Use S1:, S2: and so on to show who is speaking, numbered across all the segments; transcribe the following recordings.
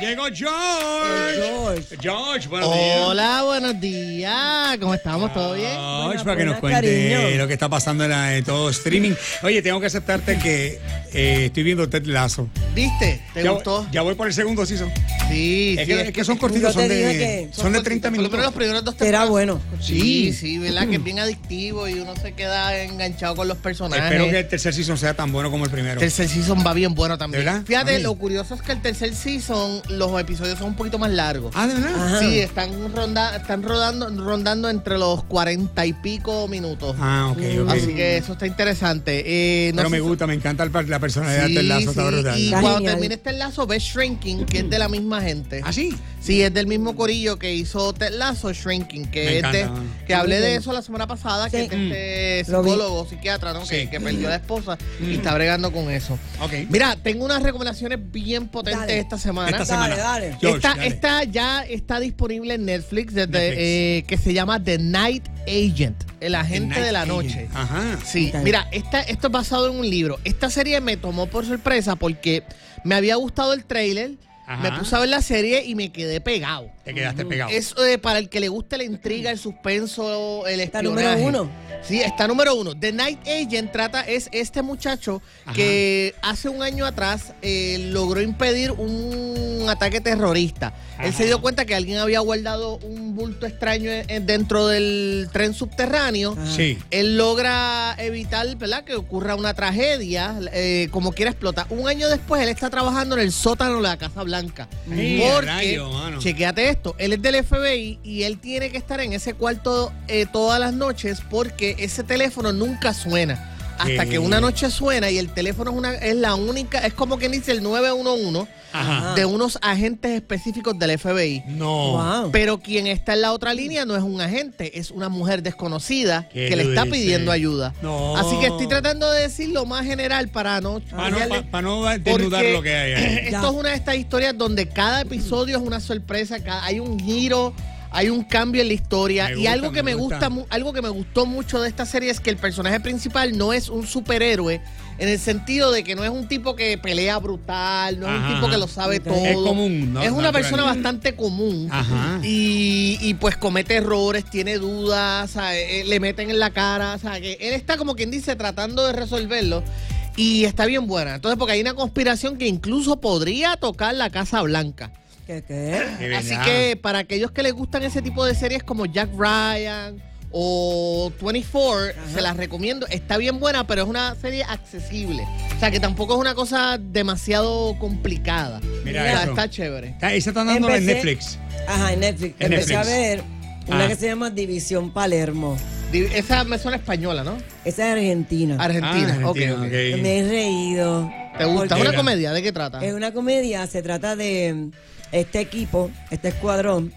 S1: Llegó George. George, buenos días.
S2: Hola, buenos días. ¿Cómo estamos? ¿Todo bien?
S1: George, para que nos cuente
S3: cariño.
S1: lo que está pasando en la- en todo streaming. Oye, tengo que aceptarte que eh, estoy viendo Ted Lazo.
S2: ¿Viste? ¿Te
S1: ya,
S2: gustó?
S1: ya voy por el segundo season.
S2: Sí,
S1: Es
S2: sí.
S1: que, es que son cortitos,
S3: Yo te
S1: son de,
S3: dije que
S1: son de 30
S2: Por lo menos los
S1: minutos.
S2: primeros dos
S3: Era
S2: temporadas.
S3: bueno.
S2: Sí, sí, ¿verdad? Que es bien adictivo y uno se queda enganchado con los personajes.
S1: Espero que el tercer season sea tan bueno como el primero.
S2: El tercer season va bien bueno también.
S1: ¿De verdad?
S2: Fíjate,
S1: Ay.
S2: lo curioso es que el tercer season los episodios son un poquito más largos.
S1: Ah, de verdad.
S3: Ajá.
S2: Sí, están, ronda, están rodando, rondando entre los cuarenta y pico minutos.
S1: Ah, ok, ok.
S2: Así que eso está interesante. Eh, no
S1: Pero
S2: sé
S1: me
S2: si-
S1: gusta, me encanta el par- la personalidad
S2: Sí,
S1: del lazo, está
S2: sí,
S1: brutal.
S2: Y
S3: Está
S2: cuando
S3: genial.
S2: termine este lazo, ves Shrinking, que es de la misma gente.
S1: ¿Ah, sí?
S2: Sí, es del mismo corillo que hizo Ted Lasso Shrinking, que
S1: Me
S2: es de-
S1: encanta, mano.
S2: que hablé de eso la semana pasada, que
S3: Sí.
S2: es de este
S3: Lo vi.
S2: psicólogo, psiquiatra, ¿no? Que,
S1: Sí. Mm.
S2: que perdió a la esposa y está bregando con eso.
S1: Ok.
S2: Mira, tengo unas recomendaciones bien potentes
S3: Dale.
S2: esta semana.
S1: Esta
S3: Dale,
S1: semana.
S3: dale.
S1: George,
S2: esta,
S1: dale.
S2: esta ya está disponible en Netflix, desde,
S1: Netflix.
S2: eh, que se llama The Night Agent, el
S1: The
S2: agente
S1: Night
S2: de la
S1: Agent.
S2: noche.
S1: Ajá.
S2: Sí,
S3: Ok.
S2: mira, esta, esto es basado en un libro. Esta serie me tomó por sorpresa porque me había gustado el trailer,
S1: Ajá.
S2: me puse a ver la serie y me quedé pegado.
S1: Te quedaste pegado.
S2: Es eh, para el que le guste la intriga, el suspenso, el
S3: Está
S2: espionaje.
S3: número uno.
S2: Sí, está número uno. The Night Agent trata es este muchacho
S1: Ajá.
S2: que hace un año atrás eh, logró impedir un ataque terrorista. Él
S1: Ajá.
S2: se dio cuenta que alguien había guardado un bulto extraño en- en- dentro del tren subterráneo.
S3: Ajá.
S1: Sí.
S2: Él logra evitar ¿verdad? que ocurra una tragedia, eh, como quiera explota. Un año después, él está trabando en el sótano de la Casa Blanca.
S1: Sí,
S2: porque,
S1: rayo, mano.
S2: chequéate esto, él es del FBI y él tiene que estar en ese cuarto eh, todas las noches porque ese teléfono nunca suena. Hasta
S1: Sí.
S2: que una noche suena y el teléfono es, una, es la única, es como quien dice el 911
S1: Ajá.
S2: de unos agentes específicos del FBI.
S1: No.
S3: Ah. Wow.
S2: Pero quien está en la otra línea no es un agente, es una mujer desconocida
S1: ¿Qué
S2: que le
S1: tú
S2: está
S1: dices?
S2: pidiendo ayuda.
S1: No.
S2: Así que estoy tratando de decir lo más general para no.
S1: Para Ah, no,
S2: fallarle,
S1: pa- pa no
S2: porque
S1: desnudar lo que hay ahí.
S2: Esto
S3: Ya.
S2: es una de estas historias donde cada episodio es una sorpresa, cada- hay un giro, hay un cambio en la historia.
S1: Me
S2: y
S1: gusta,
S2: algo que
S1: me
S2: me, gusta,
S1: gusta.
S2: mu- algo que me gustó mucho de esta serie es que el personaje principal no es un superhéroe. En el sentido de que no es un tipo que pelea brutal, no es un
S1: Ajá,
S2: tipo que
S1: ajá.
S2: lo sabe
S3: Es
S2: todo.
S1: común, ¿no?
S2: Es una
S1: Natural.
S2: persona bastante común.
S1: Ajá.
S2: Y, y, pues comete errores, tiene dudas, ¿sabe? Eh, le meten en la cara, o sea, que él está como quien dice tratando de resolverlo y está bien buena. Entonces, porque hay una conspiración que incluso podría tocar la Casa Blanca.
S3: ¿Qué, qué?
S1: De
S2: Así
S1: verdad.
S2: que para aquellos que les gustan ese tipo de series como Jack Ryan o 24,
S3: Ajá.
S2: se las recomiendo. Está bien buena, pero es una serie accesible. O sea, que tampoco es una cosa demasiado complicada.
S1: Mira
S2: O sea,
S1: eso.
S2: está chévere.
S1: Está- esa está dándola en
S3: Empecé-
S1: Netflix.
S3: Ajá, en Netflix.
S1: En
S3: Empecé a
S1: Netflix.
S3: ver una
S1: Ah.
S3: que se llama División Palermo.
S2: Di- Esa me suena española, ¿no?
S3: Esa es argentina.
S2: Argentina.
S1: Ah,
S2: ok,
S1: Argentina,
S2: ok.
S1: ok.
S3: Me he reído.
S2: ¿Te gusta?
S1: Porque-
S2: ¿Una comedia? ¿De qué trata?
S3: Es una comedia, se trata de mm, este equipo, este escuadrón,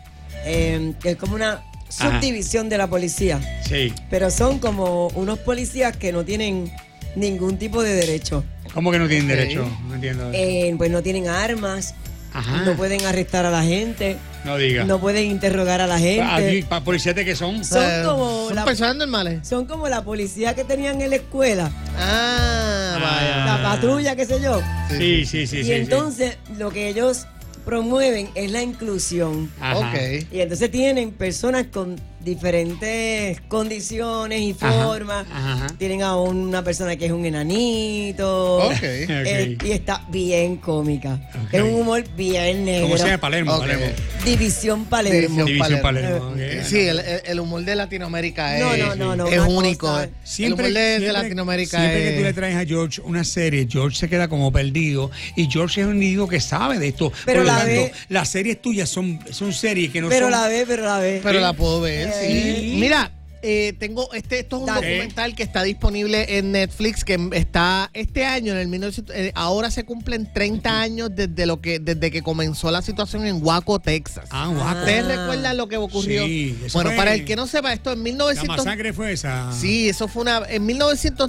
S3: eh, que es como una
S1: Ajá.
S3: subdivisión de la policía.
S1: Sí.
S3: Pero son como unos policías que no tienen ningún tipo de derecho.
S1: ¿Cómo que no tienen
S2: Ok.
S1: derecho? No entiendo.
S3: Eh, pues no tienen armas,
S1: Ajá.
S3: no pueden arrestar a la gente,
S1: No diga.
S3: no pueden interrogar a la
S1: Aquí,
S3: gente.
S1: pa- policías de que son.
S3: son como
S2: son
S3: la-
S2: personas normales.
S3: Son como la policía que tenían en la escuela,
S2: Ah, vaya.
S3: la patrulla, qué sé yo.
S1: Sí, sí, sí.
S3: y
S1: sí,
S3: entonces lo que ellos promueven es la inclusión.
S1: sí. Ajá.
S2: Ok.
S3: Y entonces tienen personas con diferentes condiciones y
S1: Ajá,
S3: formas.
S1: ajá.
S3: Tienen a una persona que es un enanito.
S2: Ok.
S3: Eh,
S1: Ok.
S3: y está bien cómica.
S1: Ok.
S3: Es un humor bien negro.
S1: ¿Cómo se llama? Palermo.
S2: Ok.
S1: Palermo.
S3: División Palermo.
S2: División.
S1: División Palermo.
S3: Palermo.
S1: ok.
S2: Eh, Sí, el, el- el humor de Latinoamérica es,
S3: No, no, no, no,
S2: es
S3: una
S2: único.
S3: cosa-
S2: eh. el humor de, de Latinoamérica
S1: siempre
S2: es...
S1: que tú le traes a George una serie, George se queda como perdido y George es un individuo que sabe de esto.
S3: Pero
S1: Por lo
S3: la
S1: tanto,
S3: ve-
S1: las series tuyas son, son series que no
S3: pero
S1: son...
S3: la ve, pero la ve.
S2: Pero la puedo ver, sí.
S1: Sí.
S2: Mira, eh, tengo este, esto es un
S3: Dale.
S2: documental que está disponible en Netflix, que está este año, en el 1900, eh, ahora se cumplen 30 años desde lo que, desde que comenzó la situación en Waco, Texas.
S1: Ah, guaco.
S2: ¿Ustedes recuerdan lo que ocurrió?
S1: Sí, eso
S2: bueno,
S1: fue-
S2: para el que no sepa, esto en
S1: La
S2: 1900.
S1: masacre fue esa.
S2: Sí, eso fue una. En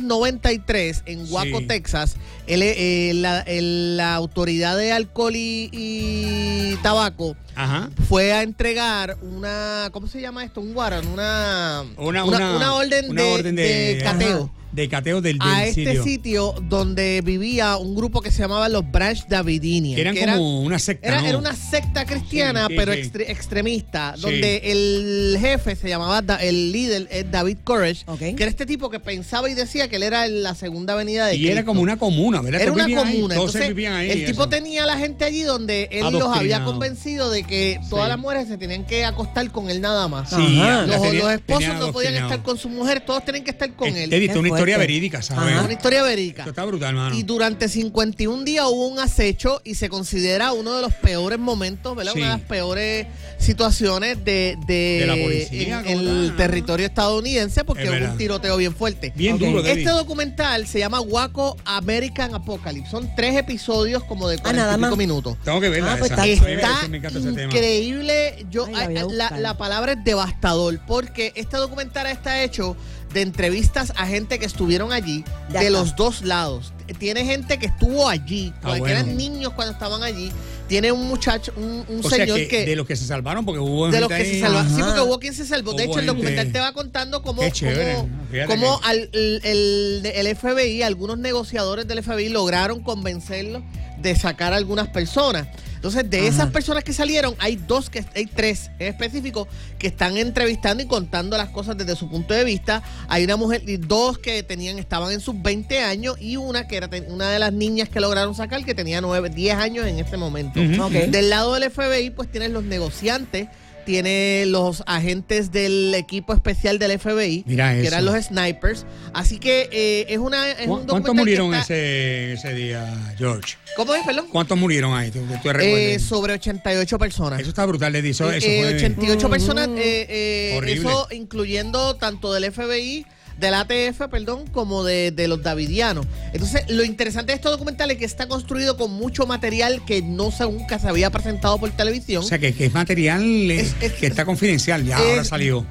S2: 1993, en Waco,
S1: Sí.
S2: Texas, el- eh, la, el- la autoridad de alcohol y, y tabaco
S1: Ajá.
S2: fue a entregar una, ¿cómo se llama esto? Un warrant, una,
S1: Una- una-
S2: orden,
S1: una
S2: de,
S1: orden de-
S2: de cateo.
S1: Ajá. de cateo del, del
S2: a este
S1: sitio.
S2: sitio donde vivía un grupo que se llamaba los Branch Davidini.
S1: Que eran
S2: que
S1: como una secta,
S2: Era,
S1: ¿no?
S2: era una secta cristiana,
S1: Sí, sí,
S2: pero
S1: sí.
S2: extre- extremista,
S1: Sí.
S2: donde el jefe se llamaba, Da- el líder es David Courage,
S3: Ok.
S2: que era este tipo que pensaba y decía que él era la segunda venida de
S1: Y era
S2: Cristo.
S1: como una comuna, ¿verdad?
S2: Era
S1: Todos
S2: una
S1: vivían ahí,
S2: comuna.
S1: todos se
S2: Entonces,
S1: vivían ahí,
S2: el tipo
S1: eso.
S2: tenía a la gente allí donde él los había
S1: Adoctrinado.
S2: convencido de que todas
S1: Sí.
S2: las mujeres se tenían que acostar con él nada más.
S1: Sí,
S3: Ajá.
S1: las
S2: Los,
S1: tenía-
S2: los esposos
S1: tenían
S2: no podían
S1: adoctrinado.
S2: estar con su mujer, todos tenían que estar con
S1: Eh,
S2: él.
S1: Te
S2: Es
S1: diste una
S3: Qué
S1: historia
S3: fuerte.
S1: verídica,
S3: Ajá.
S2: una
S1: ¿sabes?
S2: historia verídica.
S1: Esto está brutal, mano.
S2: Y durante 51 días hubo un acecho y se considera uno de los peores momentos, ¿verdad?
S1: Sí.
S2: Una de las peores situaciones de, de-
S1: De la policía,
S2: en
S1: como
S2: el
S1: tal.
S2: territorio estadounidense porque
S1: Es
S2: hubo
S1: verdad.
S2: un tiroteo bien fuerte.
S1: Bien
S3: Ok.
S1: duro, Debbie.
S2: Este documental se llama Waco American Apocalypse. Son tres episodios como de
S3: Ah, nada
S2: 45
S3: más.
S2: minutos.
S1: Tengo que verla.
S3: Ah, pues
S1: esa.
S3: está-
S1: Voy a ver,
S2: Está Mm,
S1: me encanta ese tema.
S2: increíble. Yo,
S3: Ay, la
S2: ay,
S3: voy a
S2: ay, la,
S3: buscar.
S2: la palabra es devastador porque este documental está hecho de entrevistas a gente que estuvieron allí
S3: Ya
S2: de
S3: está.
S2: los dos lados. Tiene gente que estuvo allí,
S1: Ah,
S2: porque
S1: bueno.
S2: eran niños cuando estaban allí. Tiene un muchacho, un, un
S1: O sea
S2: señor
S1: que,
S2: que...
S1: de los que se salvaron, porque hubo
S2: de los
S1: gente
S2: que
S1: ahí.
S2: se salvaron. Sí,
S3: Ajá.
S2: porque hubo quien se salvó. De
S1: Hubo
S2: hecho, el
S1: gente.
S2: documental te va contando cómo,
S1: Qué chévere,
S2: cómo-
S1: fíjate
S2: cómo
S1: que-
S2: al- el, el- el FBI, algunos negociadores del FBI lograron convencerlos de sacar a algunas personas. Entonces, de
S3: Ajá.
S2: esas personas que salieron, hay dos, que hay tres en específico que están entrevistando y contando las cosas desde su punto de vista. Hay una mujer, y dos que tenían, estaban en sus 20 años y una que era te- una de las niñas que lograron sacar que tenía 9, 10 años en este momento.
S1: Ujú.
S3: Ok.
S2: Del lado del FBI, pues tienes los negociantes, tiene los agentes del equipo especial del FBI,
S1: Mira
S2: que
S1: eso.
S2: eran los snipers. Así que eh, es una. Es un
S1: ¿Cu- ¿Cuántos
S2: documental que
S1: murieron
S2: está-
S1: ese, ese día, George?
S2: ¿Cómo es, perdón?
S1: ¿Cuántos murieron ahí? ¿Tú, tú
S2: Eh,
S1: recuerdas?
S2: sobre 88 personas.
S1: eso está brutal, Eddie. Eso, eso
S2: Eh,
S1: fue-
S2: 88
S3: Mm.
S2: personas, eh, eh,
S1: Horrible.
S2: eso incluyendo tanto del FBI, del ATF, perdón, como de, de los davidianos. Entonces, lo interesante de este documental es que está construido con mucho material que no se, nunca se había presentado por televisión.
S1: O sea, que, que es material eh,
S2: Es- es-
S1: que está confidencial. Ya
S2: es-
S1: ahora salió.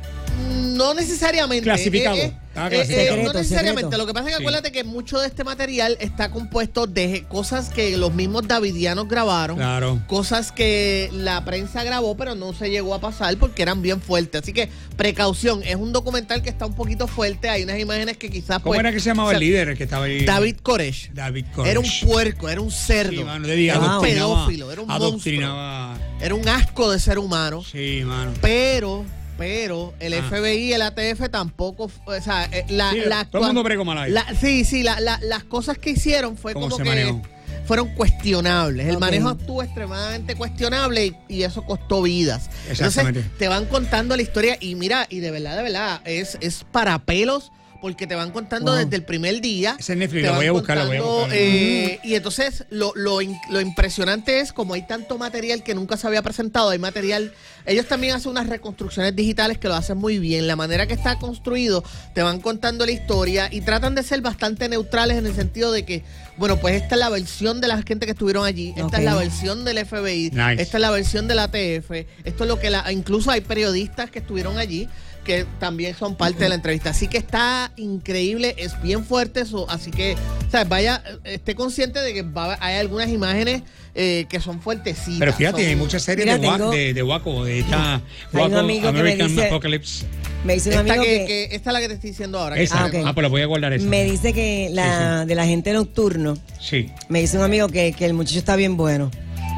S2: No necesariamente.
S1: Clasificado.
S2: Eh, eh,
S1: Estaba
S2: eh,
S1: clasificado.
S2: eh, no
S3: Secreto,
S2: necesariamente.
S3: secreto.
S2: Lo que pasa es que
S1: Sí.
S2: acuérdate que mucho de este material está compuesto de cosas que los mismos davidianos grabaron.
S1: Claro.
S2: Cosas que la prensa grabó, pero no se llegó a pasar porque eran bien fuertes. Así que, precaución, es un documental que está un poquito fuerte. Hay unas imágenes que quizás.
S1: ¿Cómo
S2: pues,
S1: era que se llamaba
S2: o sea,
S1: el líder el que estaba ahí?
S2: David Koresh.
S1: David
S2: Era un
S1: Koresh.
S2: puerco, era un cerdo.
S1: Sí, mano, Eddie
S2: era un
S1: adoctrinaba-
S2: pedófilo, era un monstruo.
S1: adoctrinaba.
S2: Era un asco de ser humano.
S1: Sí, mano.
S2: Pero, pero el
S1: Ah.
S2: FBI y el ATF tampoco, o sea, eh, la,
S1: Sí,
S2: la
S1: todo el mundo
S2: actua-
S1: bregó mal ahí.
S2: la- sí, sí, la- la- las cosas que hicieron fue
S1: ¿Cómo
S2: como
S1: se
S2: que
S1: manejó?
S2: fueron cuestionables. El
S3: Ok.
S2: manejo estuvo extremadamente cuestionable y, y eso costó vidas. Entonces
S1: Exactamente.
S2: te van contando la historia y mira, y de verdad, de verdad, es, es para pelos. Porque te van contando
S3: Wow.
S2: desde el primer día.
S1: Ese es Netflix,
S2: te
S1: lo
S2: van
S1: voy a buscar, lo voy a
S2: contando,
S1: buscar.
S2: eh, y entonces lo, lo in- lo impresionante es como hay tanto material que nunca se había presentado, hay material, ellos también hacen unas reconstrucciones digitales que lo hacen muy bien, la manera que está construido, te van contando la historia y tratan de ser bastante neutrales en el sentido de que, bueno, pues esta es la versión de la gente que estuvieron allí, esta es
S3: Ok.
S2: la versión del FBI,
S1: Nice.
S2: esta es la versión del ATF, esto es lo que la, incluso hay periodistas que estuvieron allí que también son parte de la entrevista. Así que está increíble, es bien fuerte eso. Así que, o sea, vaya, eh, esté consciente de que va a- hay algunas imágenes eh, que son fuertecitas.
S1: Pero fíjate,
S2: son-
S1: hay muchas series
S3: Mira,
S1: de, Wa-
S3: tengo-
S1: de, de Waco. De esta
S3: Hay un
S1: Waco
S3: amigo que me
S1: American
S3: dice-
S1: Apocalypse.
S3: Me dice un
S2: Esta,
S3: amigo
S2: que,
S3: que,
S2: que- esta es la que te estoy diciendo ahora. que
S1: Esa.
S3: Ah,
S1: Ah,
S3: ok.
S1: pues la voy a guardar esa.
S3: me dice que la de la gente nocturno,
S1: Sí.
S3: me dice un amigo que, que el muchacho está bien bueno.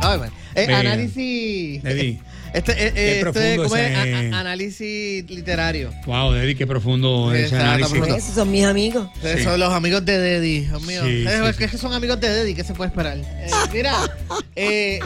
S2: Ay, man. Eh,
S1: Mira,
S2: análisis.
S1: Eddie.
S2: Este, eh, eh,
S1: Qué
S2: este,
S1: profundo
S2: ¿cómo es?
S1: ese-
S2: A- a- análisis literario.
S1: Wow, Deddy, qué profundo
S2: Sí,
S1: ese
S2: está- está
S1: análisis.
S2: profundo.
S3: Esos son mis amigos.
S2: Ustedes
S1: Sí.
S2: son los amigos de Deddy, Dios mío.
S1: Sí,
S2: Ustedes
S1: sí,
S2: es que son amigos de Deddy, ¿qué se puede esperar? Eh, mira, eh,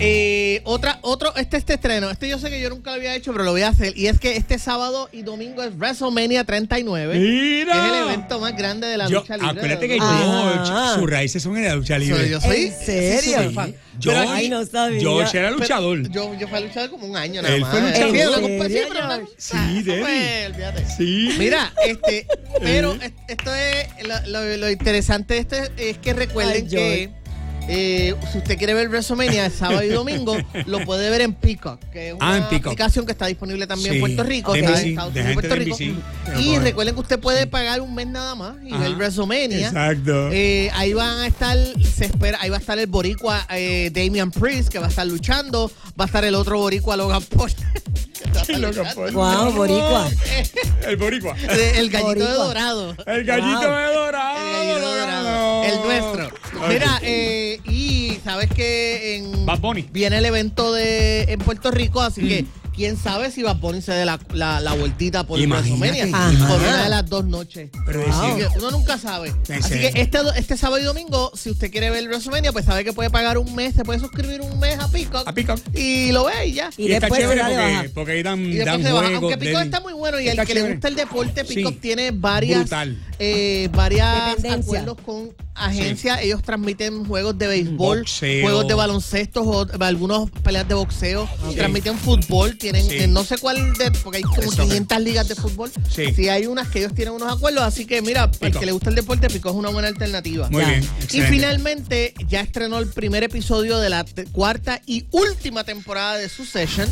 S2: eh, otra, otro, este, este estreno, este yo sé que yo nunca lo había hecho, pero lo voy a hacer. Y es que este sábado y domingo es WrestleMania 39.
S1: Mira.
S2: Que es el evento más grande de la
S1: Yo-
S2: lucha libre.
S1: acuérdate
S2: de
S1: que
S2: la-
S3: Ah.
S1: George, sus raíces son en la lucha libre.
S2: Soy- yo soy-
S3: ¿En
S2: sí,
S3: serio?
S2: soy fan.
S1: George,
S3: Pero ahí no sabía.
S1: George era
S2: Pero
S1: luchador.
S2: Yo, yo fui a luchar como un año nada
S1: Él
S2: más.
S1: fue luchador.
S2: Sí, yo lo
S3: ¿En
S2: compré, sí,
S3: serio,
S2: pero una-
S3: George?
S1: Sí,
S2: Ah, eso
S1: Deddy.
S2: fue, olvídate.
S1: sí.
S2: Mira, este, pero est- esto es lo, lo- lo interesante de esto es, es que recuerden
S3: Ay,
S2: que
S3: George.
S2: eh, si usted quiere ver WrestleMania el sábado y domingo, lo puede ver en Peacock, que es una
S1: Ah, en Peacock.
S2: aplicación que está disponible también
S1: Sí,
S2: en Puerto Rico,
S1: de
S2: que está en
S1: NBC,
S2: Estados
S1: de
S2: Unidos y
S1: gente
S2: Puerto
S1: de
S2: Rico.
S1: NBC.
S2: Y
S1: Pero,
S2: recuerden que usted puede pagar un mes nada más y
S1: Ajá.
S2: ver WrestleMania.
S1: Exacto.
S2: Eh, ahí van a estar, se espera, ahí va a estar el boricua eh, Damian Priest que va a estar luchando, va a estar el otro boricua Logan Paul.
S1: Qué loca, Paul.
S3: Wow, boricua.
S1: El boricua.
S2: De- El gallito de
S3: Boricua.
S2: dorado.
S1: El gallito
S3: Wow.
S1: de dorado.
S2: El gallito
S1: lo
S2: dorado.
S1: ganó.
S2: El nuestro.
S1: Ok.
S2: Mira, eh, y sabes que en
S1: Bad Bunny. Mm.
S2: viene el evento de en Puerto Rico, así que quién sabe si Bad Bunny se dé la, la, la vueltita por
S1: Imagínate,
S2: WrestleMania
S3: imagínate.
S2: por una de las dos noches.
S1: Pero
S2: Así
S1: decir-
S2: que uno nunca sabe. Así
S1: serio.
S2: que este, do- este sábado y domingo, si usted quiere ver WrestleMania, pues sabe que puede pagar un mes, se puede suscribir un mes a Peacock.
S1: A Peacock.
S2: Y lo ve y ya.
S3: Y
S1: Y está
S3: después se
S1: chévere
S3: da de
S1: porque,
S3: baja.
S1: porque ahí dan,
S2: Y
S1: Mm,
S2: después
S1: dan
S2: se baja.
S1: juegos
S2: Aunque Peacock
S1: del-
S2: está muy bueno y al
S1: Está
S2: que le
S1: chévere.
S2: gusta el deporte, Peacock
S1: Sí.
S2: tiene varias,
S1: Brutal.
S2: eh, varias
S3: Dependencia.
S2: acuerdos con agencias. Ellos transmiten juegos de béisbol,
S1: Boxeo.
S2: juegos de baloncesto, juegos- algunos peleas de boxeo,
S1: Sí.
S2: transmiten fútbol, tienen
S1: Sí.
S2: eh, no sé cuál de, porque hay como
S1: Eso.
S2: 500 ligas de fútbol.
S1: Sí.
S2: Sí, hay unas que ellos tienen unos acuerdos, así que mira, para el
S1: Peacock.
S2: que le gusta el deporte, Peacock es una buena alternativa.
S1: Muy
S3: Ya.
S1: bien.
S2: Y
S1: excelente.
S2: finalmente ya estrenó el primer episodio de la te- cuarta y última temporada de Succession.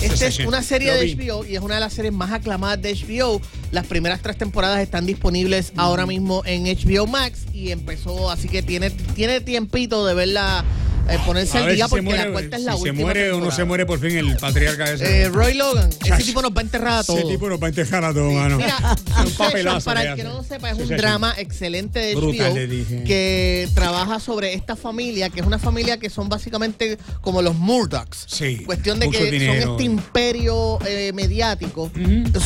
S2: Esta es
S1: Succession.
S2: una serie
S1: Lo
S2: de
S1: vi.
S2: HBO y es una de las series más aclamadas de HBO. Las primeras tres temporadas están disponibles ahora mismo en HBO Max y empezó, así que tiene, tiene tiempito de verla, eh, ponerse
S1: A
S2: al
S1: ver
S2: día
S1: si
S2: porque
S1: se muere,
S2: la cuarta es
S1: si
S2: la
S1: se
S2: última.
S1: muere o no
S2: temporada.
S1: se muere por fin el patriarca ese.
S2: Eh, Roy Logan, ese
S1: Chacho.
S2: tipo nos va a enterrar a todos.
S1: Ese tipo nos va a entejar a todo, mano.
S2: Mira,
S1: un
S2: Succession,
S1: papelazo
S2: para
S1: que
S2: el que
S1: hace.
S2: no lo sepa, es un
S1: Succession.
S2: drama excelente de
S1: Brutal,
S2: HBO
S1: le dije.
S2: que trabaja sobre esta familia, que es una familia que son básicamente como los Murdochs.
S1: Sí,
S2: Cuestión de
S1: mucho
S2: que son
S1: dinero.
S2: este imperio eh, mediático.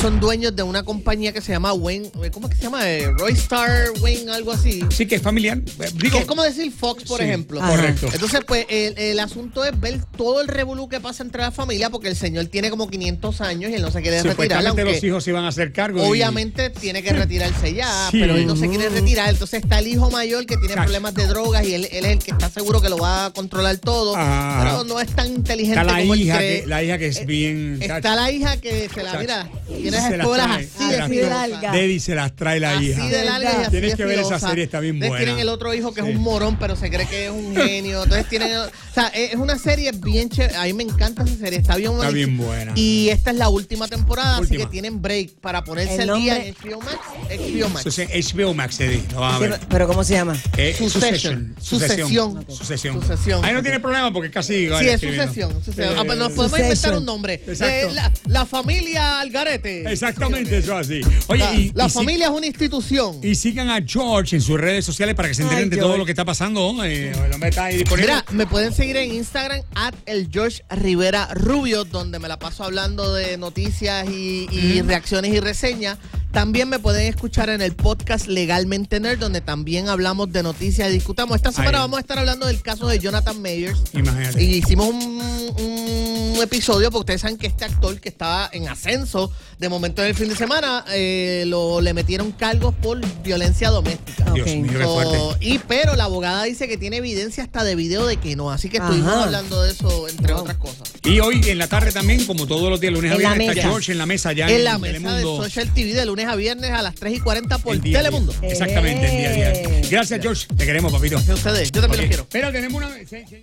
S2: Son dueños de una compañía que se llama Wayne, ¿cómo es que se llama? Eh, Roystar Wayne, algo así.
S1: Sí, que es familiar. Eh, Digo,
S2: Que es como decir Fox, por
S1: Sí,
S2: ejemplo.
S3: Ajá.
S1: Correcto.
S2: Entonces, pues, el, el asunto es ver todo el revolú que pasa entre la familia, porque el señor tiene como 500 años y él no se quiere retirar.
S1: Supuestamente
S2: aunque-
S1: pues, los hijos se iban a hacer cargo. y-
S2: Obviamente tiene que retirarse ya,
S1: Sí.
S2: pero él no se quiere retirar. Entonces está el hijo mayor que tiene
S1: Cacho.
S2: problemas de drogas y él, él es el que está seguro que lo va a controlar todo.
S1: Ajá.
S2: Pero no es tan inteligente
S1: Ah. Está la
S2: como él
S1: hija,
S2: cree.
S1: que, la hija que es
S2: Eh,
S1: bien.
S2: Está
S1: cacho.
S2: la hija que se la
S1: Cacho.
S2: mira,
S1: Se
S2: tiene
S1: las
S2: las escuelas
S1: trae,
S2: así
S1: se
S2: de
S1: las
S3: de
S1: trae.
S2: filosas.
S3: larga.
S1: Daddy se las trae la
S2: Así
S1: hija.
S2: de larga y así
S1: Tienes
S2: de
S1: que ver esa
S2: filosa.
S1: serie, está bien
S2: Entonces
S1: buena.
S2: tienen el otro hijo que
S1: Sí.
S2: es un morón, pero se cree que es un genio. Entonces tienen. O sea, e, es es una serie bien chévere. A mí me encanta esa serie, está bien
S1: Está
S2: bonita.
S1: bien buena.
S2: Y esta es la última temporada, así
S1: Última.
S2: que tienen break para ponerse
S3: El
S2: el día
S3: nombre-
S2: en HBO Max. HBO Max.
S1: Eso es HBO Max, se dice. Lo vas a
S3: Sí,
S1: ver.
S3: pero ¿cómo se llama?
S1: Eh,
S2: Succession.
S1: Sucesión.
S2: Sucesión.
S1: Sucesión.
S2: Sucesión.
S1: Ahí no tiene problema porque es casi.
S2: Sí,
S1: vale,
S2: es
S1: escribiendo.
S2: sucesión. sucesión.
S1: Eh,
S2: Ah, pues nos podemos
S3: Succession.
S2: inventar un nombre.
S1: Exacto.
S2: Eh, la, la familia Algarete.
S1: Exactamente, eso así. Oye,
S2: La,
S1: y,
S2: la
S1: y si-
S2: familia es una institución.
S1: y sigan a George en sus redes sociales para que se enteren
S3: Ay,
S1: de todo
S3: George.
S1: lo que está pasando. eh, el hombre está ahí disponible.
S2: Mira, me pueden seguir en Instagram at el George Rivera Rubio, donde me la paso hablando de noticias y, y reacciones y reseñas. También me pueden escuchar en el podcast Legalmente Nerd, donde también hablamos de noticias y discutamos. Esta semana
S1: Ahí.
S2: vamos a estar hablando del caso de Jonathan Mayers.
S1: Imagínate.
S2: Y hicimos un, un episodio porque ustedes saben que este actor que estaba en ascenso de momento en el fin de semana eh, lo le metieron cargos por violencia doméstica.
S1: Dios
S3: Ok.
S1: mío, qué
S2: So,
S1: fuerte.
S2: Oh, y pero la abogada dice que tiene evidencia hasta de video de que no, así que estuvimos
S3: Ajá.
S2: hablando de eso entre
S3: Wow.
S2: otras cosas.
S1: Y hoy en la tarde también, como todos los días, lunes a
S3: En la
S1: viernes, está
S3: mesa.
S1: George en la mesa ya
S2: en la mesa
S1: Telemundo.
S2: de Social TV de lunes a viernes a las 3 y 40 por
S1: El día a día.
S2: Telemundo.
S1: Exactamente, el día a día.
S3: Eh.
S1: Gracias, George. Te queremos, papito.
S2: Que ustedes, yo también los
S1: Ok.
S2: quiero.
S1: Pero tenemos una. se- se-